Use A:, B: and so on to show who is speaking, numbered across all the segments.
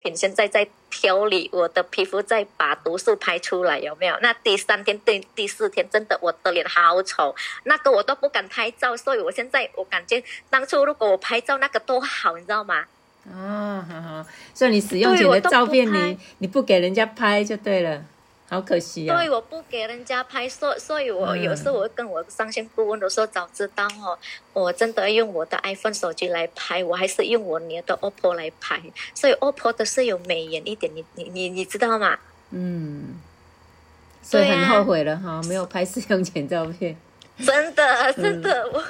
A: 品现在在调理我的皮肤，再把毒素排出来，有没有？那第三天、第第四天，真的我的脸好丑，那个我都不敢拍照，所以我现在我感觉当初如果我拍照那个多好，你知道吗？
B: 哦，好好，所以你使用前的照片
A: 对我都不
B: 你你不给人家拍就对了，好可惜啊。
A: 对，我不给人家拍，所所以，我
B: 嗯
A: 有时候我会跟我上线顾问我说，早知道哦，我真的用我的 iPhone 手机来拍，我还是用我女儿的 OPPO 来拍，所以 OPPO 的是有美颜一点，你你你你知道吗？
B: 嗯，所以
A: 对
B: 很
A: 啊
B: 后悔了哈，没有拍试用前照片。
A: 真的，
B: 嗯
A: 真的， 我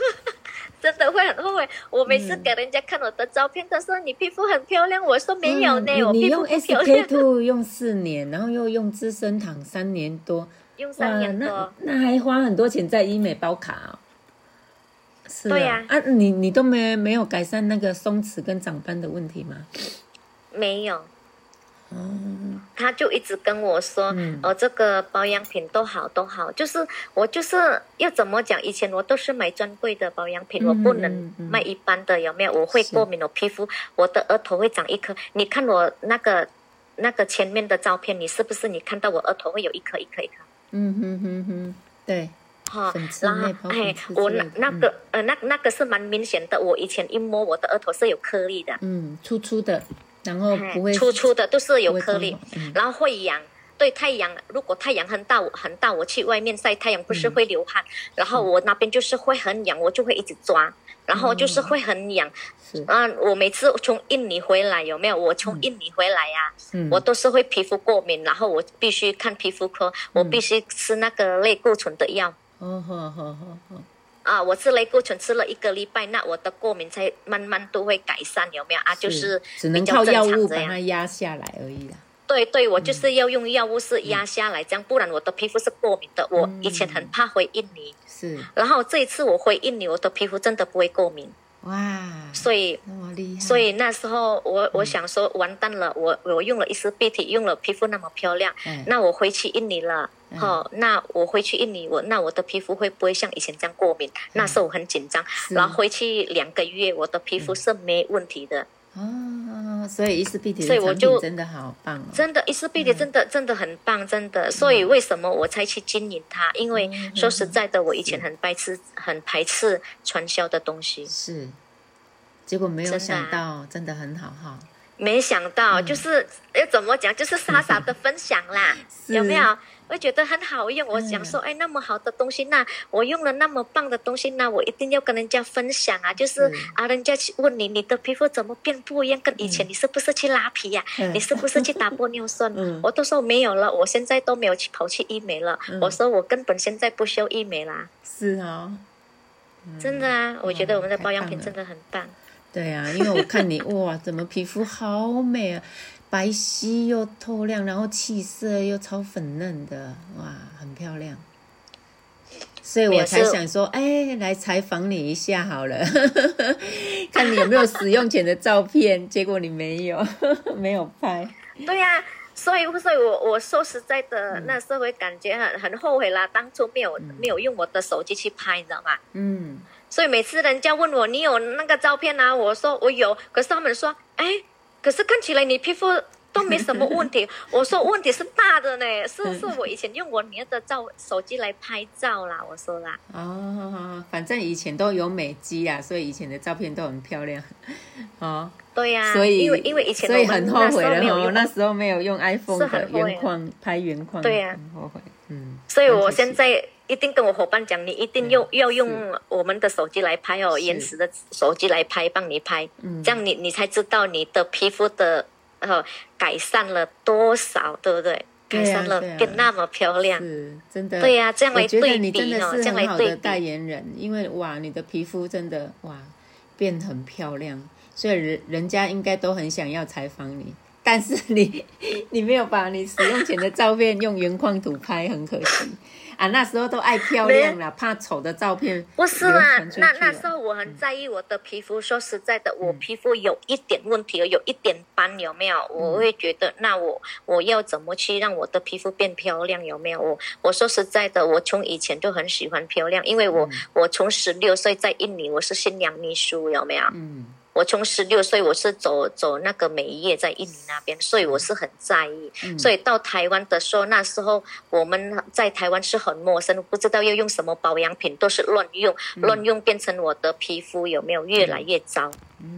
A: 真的会很后悔。我每
B: 嗯
A: 次给人家看我的照片，他说你皮肤很漂亮，我说没有呢，我
B: 嗯你你
A: 皮
B: 用
A: 肤不漂亮
B: SK，two 用四年，然后又用资生堂三年多，
A: 用
B: 哇
A: 三，年
B: 那
A: 多。
B: 那还花很多钱在医美保卡哦。是
A: 对
B: 啊
A: 呀，
B: 啊，你你都没没有改善那个松弛跟长斑的问题吗？
A: 没有，
B: 哦，
A: 他就一直跟我说，
B: 嗯
A: 哦，这个保养品都好都好，就是我就是要怎么讲？以前我都是买专柜的保养品，
B: 嗯
A: 我不
B: 嗯
A: 能
B: 嗯
A: 卖一般的，有没有？我会
B: 是
A: 过敏，我皮肤我的额头会长一颗。你看我那个那个前面的照片，你是不是你看到我额头会有一颗一颗一颗？
B: 嗯哼哼哼，对，
A: 哈
B: 粉，刺
A: 然后
B: 内包
A: 哎
B: 粉刺，之
A: 我
B: 类
A: 那
B: 的嗯
A: 那个、呃，那那个是蛮明显的。我以前一摸我的额头是有颗粒的，
B: 嗯，粗粗的，然后
A: 哎
B: 嗯哦不会
A: 粗粗的都是有颗粒
B: 不会光滑嗯，
A: 然后会痒。对太阳，如果太阳很大很大，我去外面晒太阳不
B: 嗯
A: 是会流汗，然后我那边就是会很痒，我就会一直抓，然后
B: 嗯
A: 就是会很痒。
B: 是，
A: 啊，我每次从印尼回来有没有？我从印尼回来呀、
B: 嗯
A: 我都是会皮肤过敏，然后我必须看皮肤科，我
B: 嗯
A: 必须吃那个类固醇的药。
B: 哦，好好好好，
A: 啊，我吃类固醇吃了一个礼拜，那我的过敏才慢慢都会改善，有没有啊？就是
B: 只能
A: 比较
B: 靠
A: 正
B: 药
A: 常
B: 物
A: 这
B: 把它
A: 样。
B: 压下来而已啦。
A: 对对，我就是要用药物是压下来，这样不然我的皮肤是过敏的。我以前很怕回印尼，
B: 是，
A: 然后这一次我回印尼，我的皮肤真的不会过敏，
B: 哇，
A: 所以。
B: 那么厉害，
A: 所以那时候我我想说完蛋了，我我用了一丝碧体，用了皮肤那么漂亮，
B: 嗯
A: 那我回去印尼了，
B: 嗯
A: 好、那我回去印尼，我那我的皮肤会不会像以前这样过敏？
B: 嗯
A: 那时候我很紧张，
B: 是嗯
A: 然后回去两个月，我的皮肤是没问题的，
B: 哦，所以伊斯必体
A: 所
B: 的
A: 以我
B: 产
A: 就
B: 品真的好棒哦。
A: 真的，伊丝碧的真的真的很棒，真的。所以为什么我才去经营它？因
B: 嗯
A: 为说实在的，我以前很排斥很排斥传销的东西，
B: 是，结果没有
A: 真的
B: 想
A: 啊
B: 到，真的很好哈。
A: 没想
B: 嗯
A: 到就是要怎么讲，就是傻傻的分享啦，
B: 是
A: 有没有？我觉得很好用，我想说，哎，那么好的东西，那我用了那么棒的东西，那我一定要跟人家分享啊！就是
B: 是
A: 啊，人家去问你，你的皮肤怎么变不一样？跟以前你是不是去拉皮呀、
B: 嗯
A: 你是不是去打玻尿酸？
B: 嗯
A: 我都说没有了，我现在都没有去跑去医美了。
B: 嗯
A: 我说我根本现在不需要医美啦，
B: 是哦，
A: 真的啊！我觉得我们的
B: 嗯太
A: 保养
B: 棒
A: 品
B: 了
A: 真的很棒。
B: 对啊，因为我看你 哇，怎么皮肤好美啊，白皙又透亮，然后气色又超粉嫩的，哇，很漂亮。所以我才
A: 没有是
B: 想说，哎，来采访你一下好了， 看你有没有使用前的照片。 结果你没有，没有拍。
A: 对呀、所以所以我我说实在
B: 嗯
A: 的，那时候会感觉很很后悔啦，当初没有、没有用我的手机去拍，你知道吗？
B: 嗯，
A: 所以每次人家问我你有那个照片啊，我说我有，可是他们说，哎，可是看起来你皮肤。都没什么问题， 我说问题是大的呢，是是我以前用我女儿的照手机来拍照啦，我说啦，
B: 哦，反正以前都有美肌啊，所以以前的照片都很漂亮。哦，
A: 对呀、
B: 所以
A: 啊因为因为以前
B: 所以
A: 我们
B: 很后悔
A: 那时候
B: 了
A: 没有
B: 哦，
A: 用
B: 那时候没有用 iPhone
A: 是很
B: 的
A: 后悔
B: 原框拍原框，
A: 对呀
B: 很后悔，嗯，
A: 所以我
B: 很可惜
A: 现在一定跟我伙伴讲，你一定用、要用我们的手机来拍哦，
B: 是
A: 原始的手机来拍，帮你拍，
B: 嗯
A: 这样你你才知道你的皮肤的呃改善了多少，对不对？
B: 对啊
A: 改善了，
B: 对啊
A: 变那么漂亮，
B: 是真的，
A: 对呀这样来
B: 我觉得
A: 对
B: 你真
A: 比
B: 的
A: 哦
B: 是
A: 这样
B: 很
A: 来
B: 好
A: 对
B: 的
A: 比
B: 代言人，因为哇，你的皮肤真的哇变很漂亮，所以人人家应该都很想要采访你。但是 你，你没有把你使用前的照片用原框图拍，很可惜啊。那时候都爱漂亮啦，怕丑的照片
A: 不是啦
B: 流传出，去
A: 那
B: 了嗯
A: 那时候我很在意我的皮肤。说实在的，我皮肤有一点问题，有一点斑，有没有？我
B: 嗯
A: 会觉得，那我我要怎么去让我的皮肤变漂亮？有没有？我我说实在的，我从以前就很
B: 嗯
A: 喜欢漂亮，因为我、我从十六岁在印尼，我是新娘秘书，有没有？
B: 嗯，
A: 我从十六岁我是走走那个美业在印尼那边，所以我是很在意。所以到台湾的时候，那时候我们在台湾是很陌生，不知道要用什么保养品，都是乱用，乱用变成我的皮肤有没有越来越糟？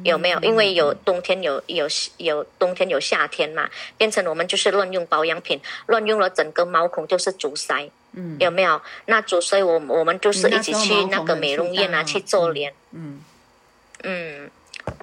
A: 有没有？因为有冬天有有有冬天有夏天嘛，变成我们就是乱用保养品，乱用了整个毛孔就是阻塞。
B: 嗯
A: 有没有？那主所以我们我们就是一起去那个美容院啊
B: 嗯
A: 去做脸，
B: 嗯
A: 嗯，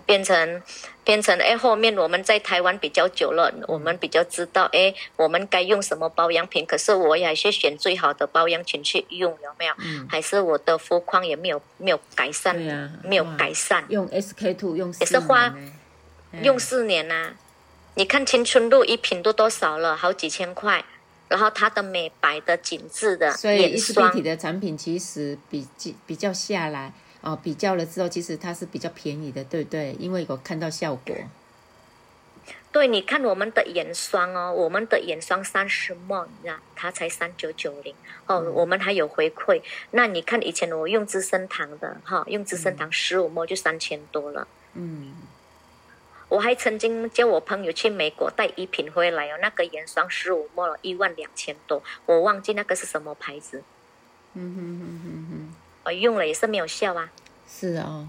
A: 变成变成哎，后面我们在台湾比较久了，我们比较知道哎，我们该用什么保养品。可是我也还是选最好的保养品去用，有没有？
B: 嗯，
A: 还是我的肤况也没有没有改善，
B: 对啊呀
A: 没有
B: 哇
A: 改善，
B: 用 SK two 用
A: 也是花
B: 四年呢哎
A: 用四年呐、啊你看青春露一瓶都多少了，好几千块。然后它的美白的、紧致的
B: 所以
A: 眼
B: 伊斯碧
A: 霜
B: 体，的产品其实比比比较下来哦，比较了之后，其实它是比较便宜的，对不对？因为我看到效果，
A: 对，你看我们的眼霜哦，我们的眼霜三十梦，你知道它才三九九零哦，我们还有回馈。那你看以前我用资生堂的哈、用资生堂十五梦就三千多了。
B: 嗯，
A: 我还曾经叫我朋友去美国带一瓶回来哦，那个眼霜十五梦了一万两千多，我忘记那个是什么牌子，
B: 嗯哼哼哼哼，
A: 呃，用了也是没有效啊。
B: 是哦，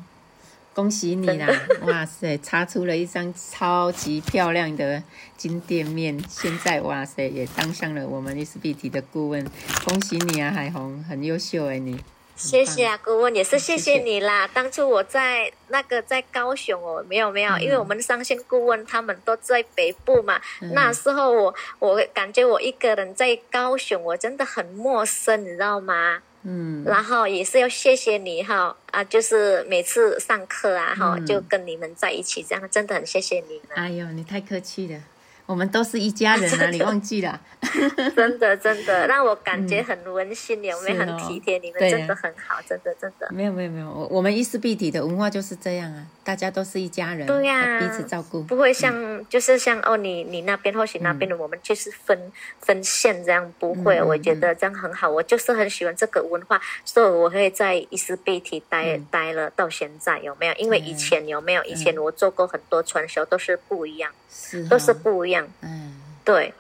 B: 恭喜你啦！哇塞，擦出了一张超级漂亮的金店面，现在哇塞也当上了我们伊斯碧体的顾问，恭喜你啊，海红，很优秀哎你。
A: 谢谢啊，顾问，也是谢
B: 嗯谢
A: 谢
B: 谢
A: 你啦。当初我在那个在高雄哦，没有没有，
B: 嗯
A: 因为我们上线顾问他们都在北部嘛。
B: 嗯
A: 那时候我我感觉我一个人在高雄，我真的很陌生，你知道吗？
B: 嗯，
A: 然后也是要谢谢你哈啊，就是每次上课啊哈，
B: 嗯
A: 就跟你们在一起，这样真的很谢谢 你们，
B: 哎呦，你太客气了，我们都是一家人啊，你忘记 了？
A: 真的真的让我感觉很温馨，有没有
B: 嗯是哦
A: 很体贴？你们
B: 对啊
A: 真的很好，真的真的。
B: 没有没有没有，我我们伊斯必体的文化就是这样啊，大家都是一家人，
A: 对呀
B: 彼此照顾。
A: 不会像、
B: 嗯
A: 就是像哦，你你那边或许那边的我们就是分、分线这样，不会，
B: 嗯嗯
A: 我觉得这样很好，我就是很喜欢这个文化，所以我会在伊斯贝体待、
B: 嗯
A: 待了到现在，有没有？因为以前有没有？以前我做过很多传销，都是不一样，
B: 是
A: 都是
B: 哈
A: 不一样，
B: 嗯，
A: 对，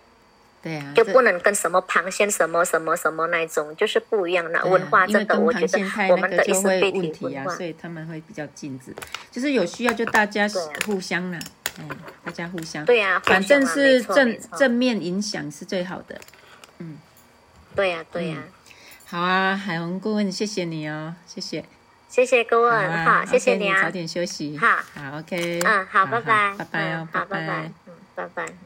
B: 对啊，
A: 就
B: 这
A: 不能跟什么螃蟹什么什么什么那一种，就是不一样的、
B: 对啊
A: 文化，
B: 因为
A: 真的，
B: 东
A: 我
B: 堂
A: 觉得
B: 县太
A: 我
B: 那
A: 们
B: 个
A: 的伊
B: 就
A: 斯
B: 会
A: 贝
B: 问
A: 体
B: 题
A: 文
B: 啊，
A: 化
B: 所。以他们会比较禁止，就是有需要就大家
A: 对啊
B: 互相啦，哎，大家互相，
A: 对呀、啊，
B: 反正是
A: 没错
B: 正
A: 没错
B: 正面影响是最好的。
A: 对呀、对呀、
B: 嗯好啊，海红顾问，谢谢你哦，谢谢。
A: 谢谢各
B: 好
A: 位
B: 啊，
A: 哈，谢谢
B: OK，你
A: 啊
B: 早，点休息。
A: 好
B: 好，OK。
A: 嗯，好，拜拜，
B: 拜拜哦
A: 嗯，好，
B: 拜
A: 拜拜，嗯，拜拜。嗯